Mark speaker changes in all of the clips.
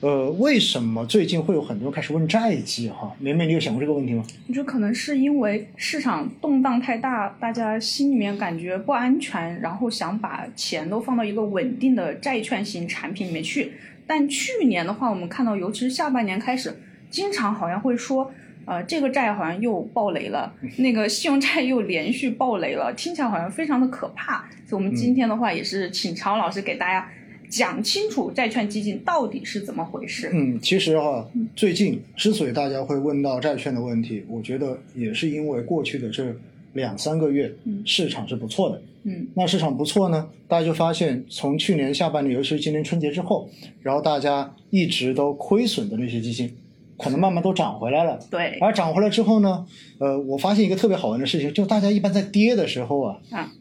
Speaker 1: 呃，为什么最近会有很多人开始问债基？哈，梅梅，你有想过这个问题吗？
Speaker 2: 我觉得可能是因为市场动荡太大，大家心里面感觉不安全，然后想把钱都放到一个稳定的债券型产品里面去。但去年的话，我们看到，尤其是下半年开始，经常好像会说，呃，这个债好像又爆雷了，那个信用债又连续爆雷了，听起来好像非常的可怕。所以，我们
Speaker 1: 嗯
Speaker 2: 今天的话也是请常老师给大家讲清楚债券基金到底是怎么回事。
Speaker 1: 嗯，其实哈、最近之所以大家会问到债券的问题，我觉得也是因为过去的这两三个月，
Speaker 2: 嗯
Speaker 1: 市场是不错的。
Speaker 2: 嗯
Speaker 1: 那市场不错呢，大家就发现从去年下半年，尤其是今年春节之后，然后大家一直都亏损的那些基金，可能慢慢都涨回来了。
Speaker 2: 对，
Speaker 1: 而涨回来之后呢，呃，我发现一个特别好玩的事情，就大家一般在跌的时候啊，
Speaker 2: 啊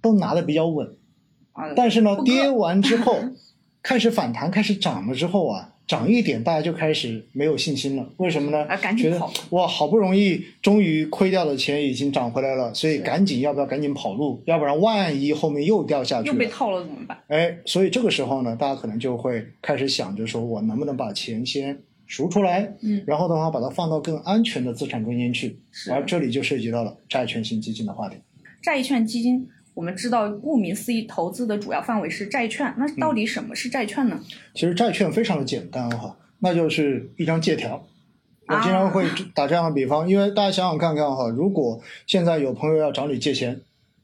Speaker 1: 都拿的比较稳，
Speaker 2: 啊，
Speaker 1: 但是呢
Speaker 2: 不，割
Speaker 1: 跌完之后 开始反弹，开始涨了之后啊，涨一点大家就开始没有信心了。为什么呢？
Speaker 2: 啊赶紧
Speaker 1: 觉得
Speaker 2: 跑
Speaker 1: 哇，好不容易终于亏掉的钱已经涨回来了，所以赶紧要不要赶紧跑路？要不然万一后面又掉下去
Speaker 2: 又被
Speaker 1: 了。
Speaker 2: 套了怎么办？
Speaker 1: 哎，所以这个时候呢，大家可能就会开始想着说，我能不能把钱先赎出来，
Speaker 2: 嗯，
Speaker 1: 然后的话把它放到更安全的资产中间去。
Speaker 2: 是
Speaker 1: 而这里就涉及到了债券型基金的话题。
Speaker 2: 债券基金，我们知道，顾名思义，投资的主要范围是债券。那到底什么是债券呢？
Speaker 1: 其实债券非常的简单哈，那就是一张借条。我
Speaker 2: 啊
Speaker 1: 经常会打这样的比方，因为大家想想看看哈，如果现在有朋友要找你借钱，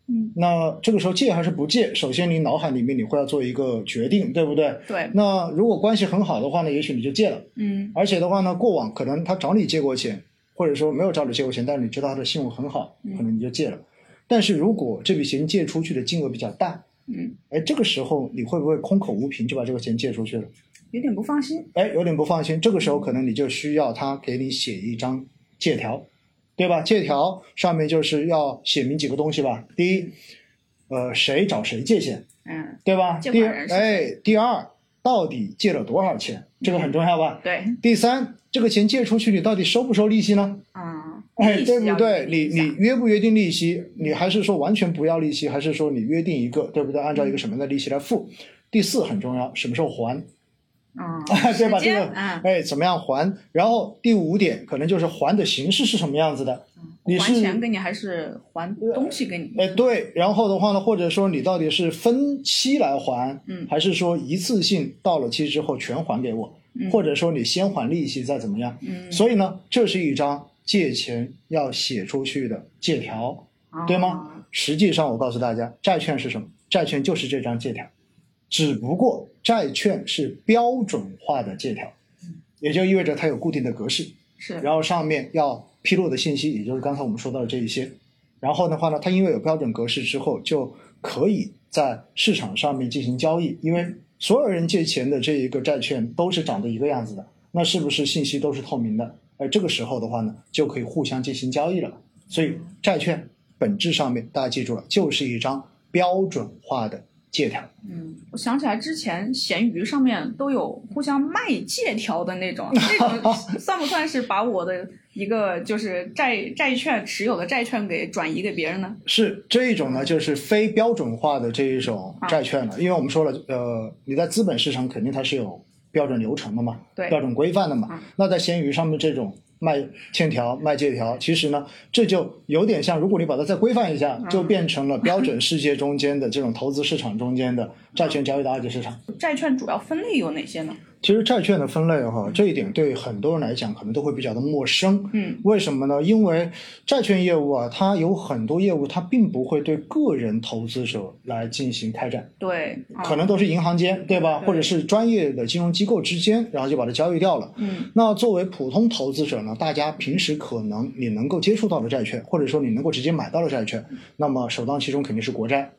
Speaker 2: 嗯，
Speaker 1: 那这个时候借还是不借，首先你脑海里面你会要做一个决定，对不对？
Speaker 2: 对，
Speaker 1: 那如果关系很好的话呢，也许你就借了，
Speaker 2: 嗯
Speaker 1: 而且的话呢，过往可能他找你借过钱，或者说没有找你借过钱，但是你知道他的信用很好，可能你就借了。但是如果这笔钱借出去的金额比较大，
Speaker 2: 嗯，
Speaker 1: 哎，这个时候你会不会空口无凭就把这个钱借出去了？
Speaker 2: 有点不放心。
Speaker 1: 哎，有点不放心，这个时候可能你就需要他给你写一张借条，对吧？借条上面就是要写明几个东西吧。第一，呃，谁找谁借钱，
Speaker 2: 嗯，
Speaker 1: 对吧？
Speaker 2: 借
Speaker 1: 第
Speaker 2: 款人
Speaker 1: 二，
Speaker 2: 是
Speaker 1: 哎，第二，到底借了多少钱，这个很重要吧？
Speaker 2: 对，
Speaker 1: 第三，这个钱借出去，你到底收不收利息呢？
Speaker 2: 嗯，
Speaker 1: 哎，
Speaker 2: 利息啊
Speaker 1: 对不
Speaker 2: 要
Speaker 1: 对？
Speaker 2: 注
Speaker 1: 你
Speaker 2: 意一下
Speaker 1: 你约不约定利息？你还是说完全不要利息，还是说你约定一个，对不对？按照一个什么样的利息来付？第四很重要，什么时候还？，
Speaker 2: 嗯
Speaker 1: 对吧？
Speaker 2: 时
Speaker 1: 这
Speaker 2: 间
Speaker 1: 个
Speaker 2: 嗯，
Speaker 1: 哎，怎么样还？然后第五点可能就是还的形式是什么样子的？你
Speaker 2: 还
Speaker 1: 是
Speaker 2: 钱给你还是还东西给你？
Speaker 1: 哎，对。然后的话呢，或者说你到底是分期来还，
Speaker 2: 嗯
Speaker 1: 还是说一次性到了期之后全还给我，
Speaker 2: 嗯
Speaker 1: 或者说你先还利息再怎么样？
Speaker 2: 嗯，
Speaker 1: 所以呢，这是一张借钱要写出去的借条，
Speaker 2: 哦
Speaker 1: 对
Speaker 2: 嗯
Speaker 1: 吗？实际上，我告诉大家，债券是什么？债券就是这张借条，只不过债券是标准化的借条，
Speaker 2: 嗯
Speaker 1: 也就意味着它有固定的格式，
Speaker 2: 啊？是，
Speaker 1: 然后上面要披露的信息，也就是刚才我们说到的这一些。然后的话呢，它因为有标准格式之后，就可以在市场上面进行交易，因为所有人借钱的这一个债券都是长得一个样子的，那是不是信息都是透明的？而这个时候的话呢，就可以互相进行交易了。所以债券本质上面，大家记住了，就是一张标准化的借条。
Speaker 2: 嗯，我想起来之前闲鱼上面都有互相卖借条的那种，那种算不算是把我的一个就是债债券持有的债券给转移给别人呢？
Speaker 1: 是这一种呢，就是非标准化的这一种
Speaker 2: 啊
Speaker 1: 债券了，因为我们说了，呃，你在资本市场肯定它是有标准流程的嘛，
Speaker 2: 对
Speaker 1: 标准规范的嘛。
Speaker 2: 嗯
Speaker 1: 那在闲鱼上面这种卖欠条、卖借条，其实呢，这就有点像，如果你把它再规范一
Speaker 2: 嗯
Speaker 1: 下，就变成了标准世界中间的这种投资市场中
Speaker 2: 嗯
Speaker 1: 间的债券交易的二级市场。
Speaker 2: 债券主要分类有哪些呢？
Speaker 1: 其实债券的分类哈，这一点对很多人来讲可能都会比较的陌生。
Speaker 2: 嗯，
Speaker 1: 为什么呢？因为债券业务啊，它有很多业务，它并不会对个人投资者来进行开展，
Speaker 2: 对，啊
Speaker 1: 可能都是银行间，对吧？
Speaker 2: 对
Speaker 1: 或者是专业的金融机构之间，然后就把它交易掉了。
Speaker 2: 嗯，
Speaker 1: 那作为普通投资者呢，大家平时可能你能够接触到的债券，或者说你能够直接买到的债券，
Speaker 2: 嗯
Speaker 1: 那么首当其冲肯定是国债。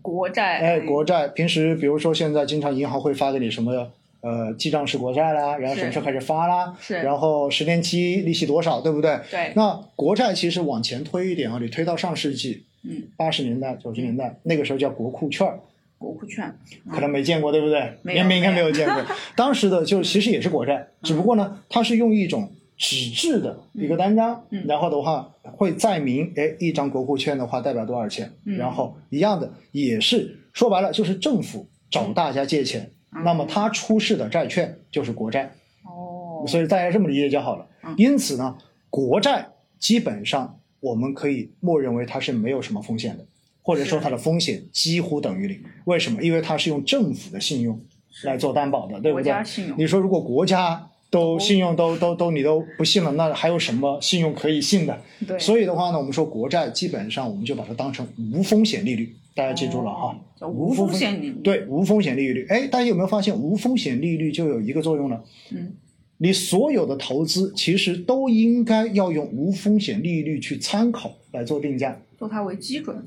Speaker 2: 国债，
Speaker 1: 哎，国债平时比如说现在经常银行会发给你什么呃记账式国债啦，然后
Speaker 2: 是
Speaker 1: 什么时候开始发啦，
Speaker 2: 是
Speaker 1: 然后十年期利息多少，对不对？
Speaker 2: 对，
Speaker 1: 那国债其实往前推一点啊，你推到上世纪
Speaker 2: 嗯，
Speaker 1: 八十年代、九十年代，那个时候叫国库券儿，
Speaker 2: 国库券，
Speaker 1: 可能没见过，对不对？
Speaker 2: 嗯没有
Speaker 1: 你们应该
Speaker 2: 没
Speaker 1: 没
Speaker 2: 有嗯
Speaker 1: 有见过。 当时的就其实也是国债，只不过呢，它是用一种纸质的一个单张，
Speaker 2: 嗯
Speaker 1: 然后的话会载明，哎，一张国库券的话代表多少钱，
Speaker 2: 嗯嗯
Speaker 1: 然后一样的也是说白了就是政府找大家借钱，那么它出示的债券就是国债，
Speaker 2: 哦，
Speaker 1: 所以大家这么理解就好了
Speaker 2: 嗯。
Speaker 1: 因此呢，国债基本上我们可以默认为它是没有什么风险的，或者说
Speaker 2: 是
Speaker 1: 它的风险几乎等于零。为什么？因为它是用政府的信用来做担保的，对不
Speaker 2: 国
Speaker 1: 对
Speaker 2: 家？信用
Speaker 1: 你说如果国家
Speaker 2: 哦
Speaker 1: 都信用都都都你都不信了，那还有什么信用可以信的？
Speaker 2: 对，
Speaker 1: 所以的话呢，我们说国债基本上我们就把它当成无风险利率，大家记住了啊哈。
Speaker 2: 哦叫无风险利率
Speaker 1: 对无风险利率。哎，大家有没有发现无风险利率就有一个作用呢？
Speaker 2: 嗯，
Speaker 1: 你所有的投资其实都应该要用无风险利率去参考来做定价。
Speaker 2: 做它为基准，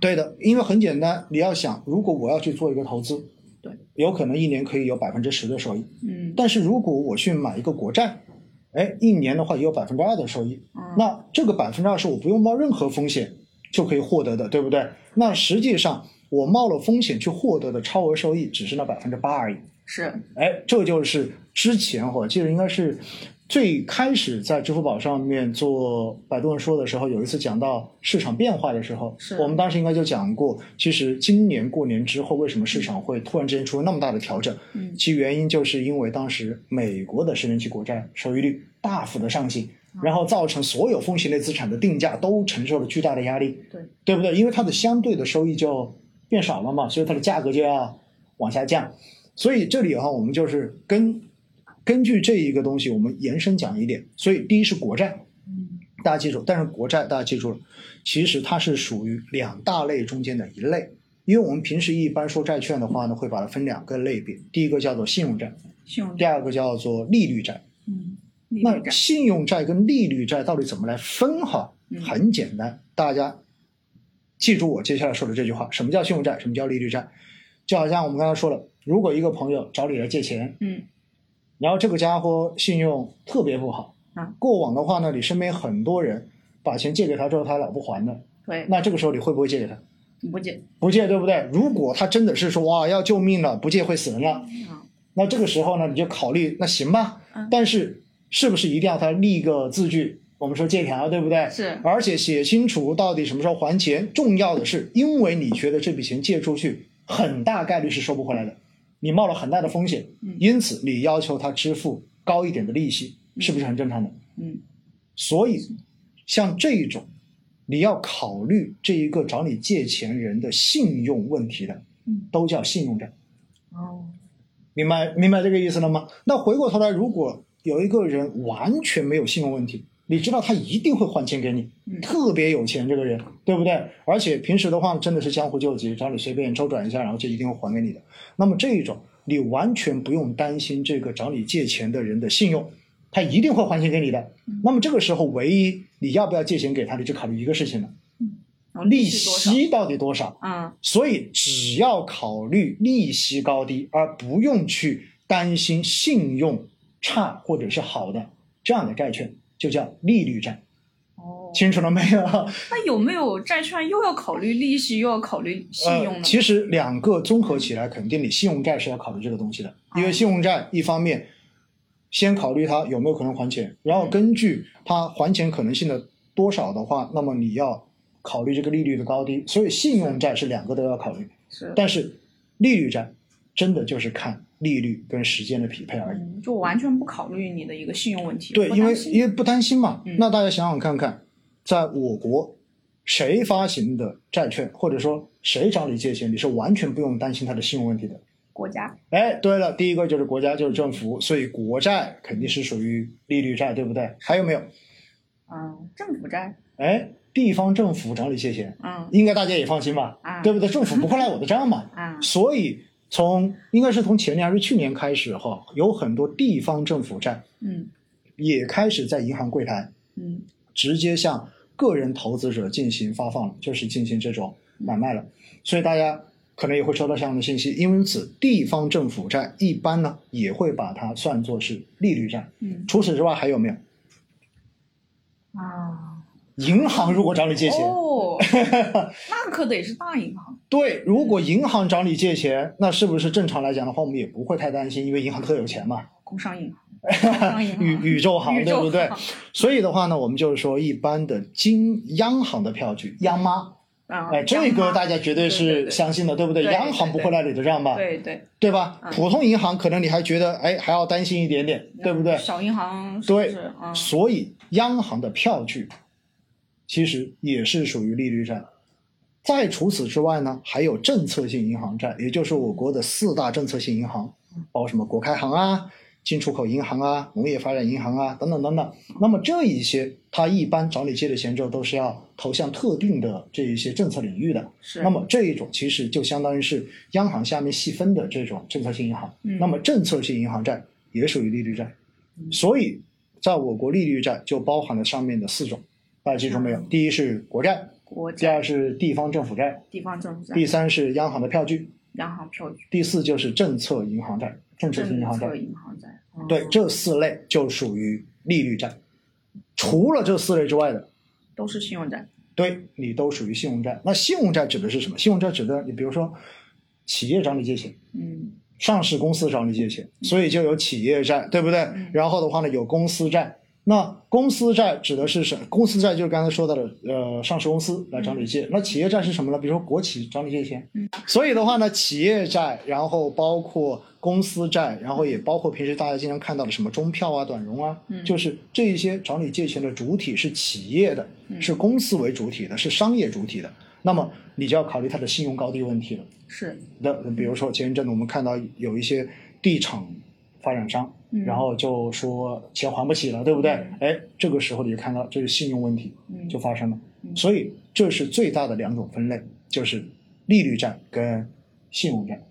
Speaker 1: 对的，因为很简单，你要想，如果我要去做一个投资，
Speaker 2: 对，
Speaker 1: 有可能一年可以有百分之十的收益，
Speaker 2: 嗯
Speaker 1: 但是如果我去买一个国债，哎，一年的话也有百分之二的收益，
Speaker 2: 嗯
Speaker 1: 那这个百分之二是我不用冒任何风险就可以获得的，对不对？那实际上我冒了风险去获得的超额收益只是那百分之八而已。
Speaker 2: 是
Speaker 1: 哎，这就是之前我记得应该是最开始在支付宝上面做摆渡人说的时候，有一次讲到市场变化的时候
Speaker 2: 是，
Speaker 1: 我们当时应该就讲过，其实今年过年之后，为什么市场会突然之间出现那么大的调整？
Speaker 2: 嗯
Speaker 1: 其原因就是因为当时美国的十年期国债收益率大幅的上行，
Speaker 2: 啊
Speaker 1: 然后造成所有风险类资产的定价都承受了巨大的压力，
Speaker 2: 对，
Speaker 1: 对不对？因为它的相对的收益就变少了嘛，所以它的价格就要往下降。所以这里哈、我们就是根根据这一个东西，我们延伸讲一点。所以第一是国债，
Speaker 2: 嗯
Speaker 1: 大家记住，但是国债大家记住了，其实它是属于两大类中间的一类。因为我们平时一般说债券的话呢，会把它分两个类别，第一个叫做信用债，
Speaker 2: 信用
Speaker 1: 第二个叫做利率债。
Speaker 2: 嗯利率
Speaker 1: 那
Speaker 2: 债
Speaker 1: 信用债跟利率债到底怎么来分哈
Speaker 2: 嗯？
Speaker 1: 很简单，大家记住我接下来说的这句话：什么叫信用债？什么叫利率债？就好像我们刚才说了，如果一个朋友找你来借钱，
Speaker 2: 嗯
Speaker 1: 然后这个家伙信用特别不好
Speaker 2: 啊，
Speaker 1: 过往的话呢，你身边很多人把钱借给他之后，他老不还的，
Speaker 2: 对
Speaker 1: 那这个时候你会不会借给他？
Speaker 2: 不借
Speaker 1: 不借，对不对？如果他真的是说哇要救命了，不借会死人了，
Speaker 2: 啊
Speaker 1: 那这个时候呢，你就考虑那行吧
Speaker 2: 嗯，
Speaker 1: 但是是不是一定要他立个字据？我们说借条，对不对？
Speaker 2: 是
Speaker 1: 而且写清楚到底什么时候还钱。重要的是，因为你觉得这笔钱借出去，很大概率是收不回来的，你冒了很大的风险
Speaker 2: 嗯，
Speaker 1: 因此你要求他支付高一点的利息，是不是很正常的？
Speaker 2: 嗯
Speaker 1: 所以，像这一种，你要考虑这一个找你借钱人的信用问题的
Speaker 2: 嗯，
Speaker 1: 都叫信用债。
Speaker 2: 哦
Speaker 1: 明白明白这个意思了吗？那回过头来，如果有一个人完全没有信用问题，你知道他一定会还钱给你，
Speaker 2: 嗯
Speaker 1: 特别有钱这个人，对不对？而且平时的话真的是江湖救急，找你随便周转一下，然后就一定会还给你的。那么这一种，你完全不用担心这个找你借钱的人的信用，他一定会还钱给你的。那么这个时候，唯一你要不要借钱给他，你就考虑一个事情了，
Speaker 2: 然后
Speaker 1: 利
Speaker 2: 息多少
Speaker 1: 息到底多少？
Speaker 2: 啊
Speaker 1: 所以只要考虑利息高低，而不用去担心信用差或者是好的这样的债券，就叫利率债。
Speaker 2: 哦
Speaker 1: 清楚了没有？
Speaker 2: 那有没有债券又要考虑利息又要考虑信用
Speaker 1: 呃。
Speaker 2: 呢？
Speaker 1: 其实两个综合起来，肯定你信用债是要考虑这个东西的，因
Speaker 2: 哦
Speaker 1: 为信用债一方面先考虑它有没有可能还钱，然后根据它还钱可能性的多少的话，那么你要考虑这个利率的高低。所以信用债是两个都要考虑。
Speaker 2: 是
Speaker 1: 但是利率战真的就是看利率跟时间的匹配而已。
Speaker 2: 嗯，就完全不考虑你的一个信用问题。
Speaker 1: 对，
Speaker 2: 不
Speaker 1: 因为
Speaker 2: 担心
Speaker 1: 因为不担心嘛。
Speaker 2: 嗯
Speaker 1: 那大家想想看看，在我国谁发行的债券，或者说谁找你借钱，你是完全不用担心它的信用问题的。
Speaker 2: 国家
Speaker 1: 哎，对了，第一个就是国家就是政府，所以国债肯定是属于利率债，对不对？还有没有？
Speaker 2: 嗯，政府债
Speaker 1: 哎，地方政府找你借钱，
Speaker 2: 嗯
Speaker 1: 应该大家也放心吧？
Speaker 2: 啊
Speaker 1: 对不对？政府不会赖我的账嘛？
Speaker 2: 啊
Speaker 1: 所以从应该是从前年还是去年开始哈，有很多地方政府债
Speaker 2: 嗯
Speaker 1: 也开始在银行柜台
Speaker 2: 嗯
Speaker 1: 直接向个人投资者进行发放了，就是进行这种买卖了。所以大家可能也会收到相应的信息，因此地方政府债一般呢也会把它算作是利率债。
Speaker 2: 嗯
Speaker 1: 除此之外还有没有？
Speaker 2: 啊
Speaker 1: 银行如果找你借钱，
Speaker 2: 哦，那可得是大银行
Speaker 1: 对，如果银行找你借钱，那是不是正常来讲的话，我们也不会太担心，因为银行特有钱嘛。
Speaker 2: 工商银 行工商银
Speaker 1: 宇
Speaker 2: 行
Speaker 1: 宇宙
Speaker 2: 宇
Speaker 1: 行，对
Speaker 2: 宙
Speaker 1: 不对
Speaker 2: 行？
Speaker 1: 所以的话呢，我们就是说，一般的金央行的票据，央妈
Speaker 2: 嗯，
Speaker 1: 哎，这个大
Speaker 2: 家
Speaker 1: 家绝对
Speaker 2: 对对
Speaker 1: 是
Speaker 2: 对
Speaker 1: 相信的，对不对？
Speaker 2: 对
Speaker 1: 央行不会来理的账吧？
Speaker 2: 对对，
Speaker 1: 对吧
Speaker 2: 嗯？
Speaker 1: 普通银行可能你还觉得，哎，还要担心一点点，对不对？
Speaker 2: 小银行是不
Speaker 1: 对
Speaker 2: 是嗯，
Speaker 1: 所以央行的票据其实也是属于利率债。在除此之外呢，还有政策性银行债，也就是我国的四大政策性银行，包括什么国开行啊、进出口银行啊、农业发展银行啊等等等等。那么这一些，它一般找你借的钱之后，都是要投向特定的这一些政策领域的。
Speaker 2: 是
Speaker 1: 那么这一种其实就相当于是央行下面细分的这种政策性银行。
Speaker 2: 嗯
Speaker 1: 那么政策性银行债也属于利率债，所以在我国利率债就包含了上面的四种，大家记住没有？第一是嗯国债，
Speaker 2: 国
Speaker 1: 第
Speaker 2: 债、
Speaker 1: 二是地方政府债，
Speaker 2: 地方政府债、
Speaker 1: 第三是央行的票据，
Speaker 2: 央行票据、
Speaker 1: 第四就是政策银行债、政策性银
Speaker 2: 政
Speaker 1: 行债
Speaker 2: 策。银行债，嗯
Speaker 1: 对，这四类就属于利率债。除了这四类之外的，
Speaker 2: 都是信用债。
Speaker 1: 对你都属于信用债。那信用债指的是什么？信用债指的你比如说企业找你借钱。
Speaker 2: 嗯，
Speaker 1: 上市公司找你借钱，所以就有企业债，对不对？
Speaker 2: 嗯
Speaker 1: 然后的话呢，有公司债。那公司债指的是什？公司债就是刚才说到的，呃，上市公司来找你借。那企业债是什么呢？比如说国企找你借钱。
Speaker 2: 嗯
Speaker 1: 所以的话呢，企业债，然后包括公司债，然后也包括平时大家经常看到的什么中票啊、短融啊，
Speaker 2: 嗯
Speaker 1: 就是这一些找你借钱的主体是企业的，
Speaker 2: 嗯
Speaker 1: 是公司为主体的，是商业主体的。那么你就要考虑它的信用高低问题了。
Speaker 2: 是
Speaker 1: 那比如说前一阵子我们看到有一些地产发展商，
Speaker 2: 嗯
Speaker 1: 然后就说钱还不起了，对不对
Speaker 2: 嗯？
Speaker 1: 哎，这个时候你就看到这是信用问题
Speaker 2: 嗯
Speaker 1: 就发生了。
Speaker 2: 嗯
Speaker 1: 所以这是最大的两种分类，就是利率债跟信用债。